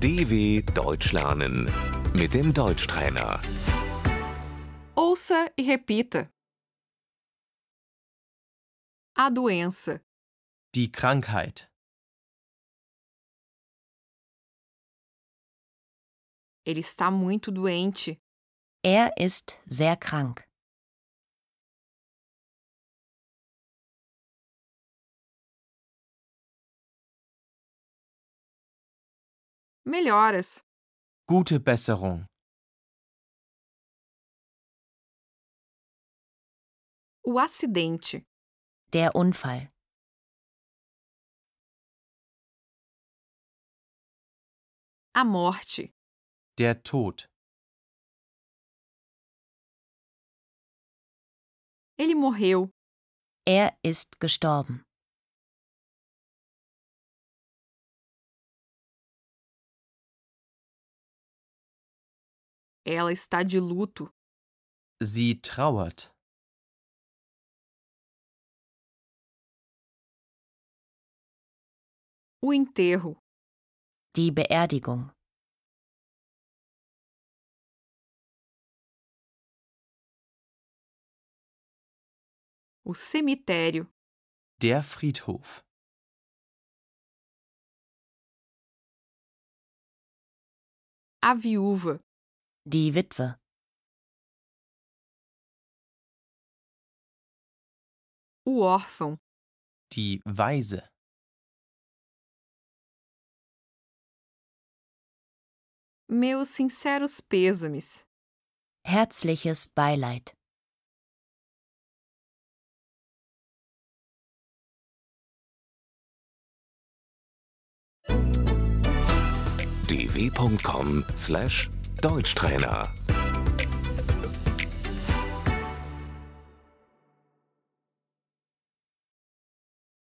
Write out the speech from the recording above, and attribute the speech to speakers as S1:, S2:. S1: DW Deutsch lernen mit dem Deutschtrainer.
S2: Ouça e repita. A doença,
S3: Die Krankheit.
S2: ele está muito doente.
S4: Er ist sehr krank.
S2: Melhoras,
S3: Gute Besserung.
S2: o acidente,
S4: Der Unfall.
S2: a morte,
S3: Der Tod.
S2: ele morreu.
S4: Er ist gestorben.
S2: Ela está de luto.
S3: Sie trauert.
S2: O enterro,
S4: Die Beerdigung.
S2: o cemitério,
S3: Der Friedhof.
S2: a viúva,
S4: Die Witwe.
S2: o órfão,
S3: Die Weise.
S2: meus sinceros pêsames.
S4: Herzliches Beileid.
S1: dw.com/deutschtrainer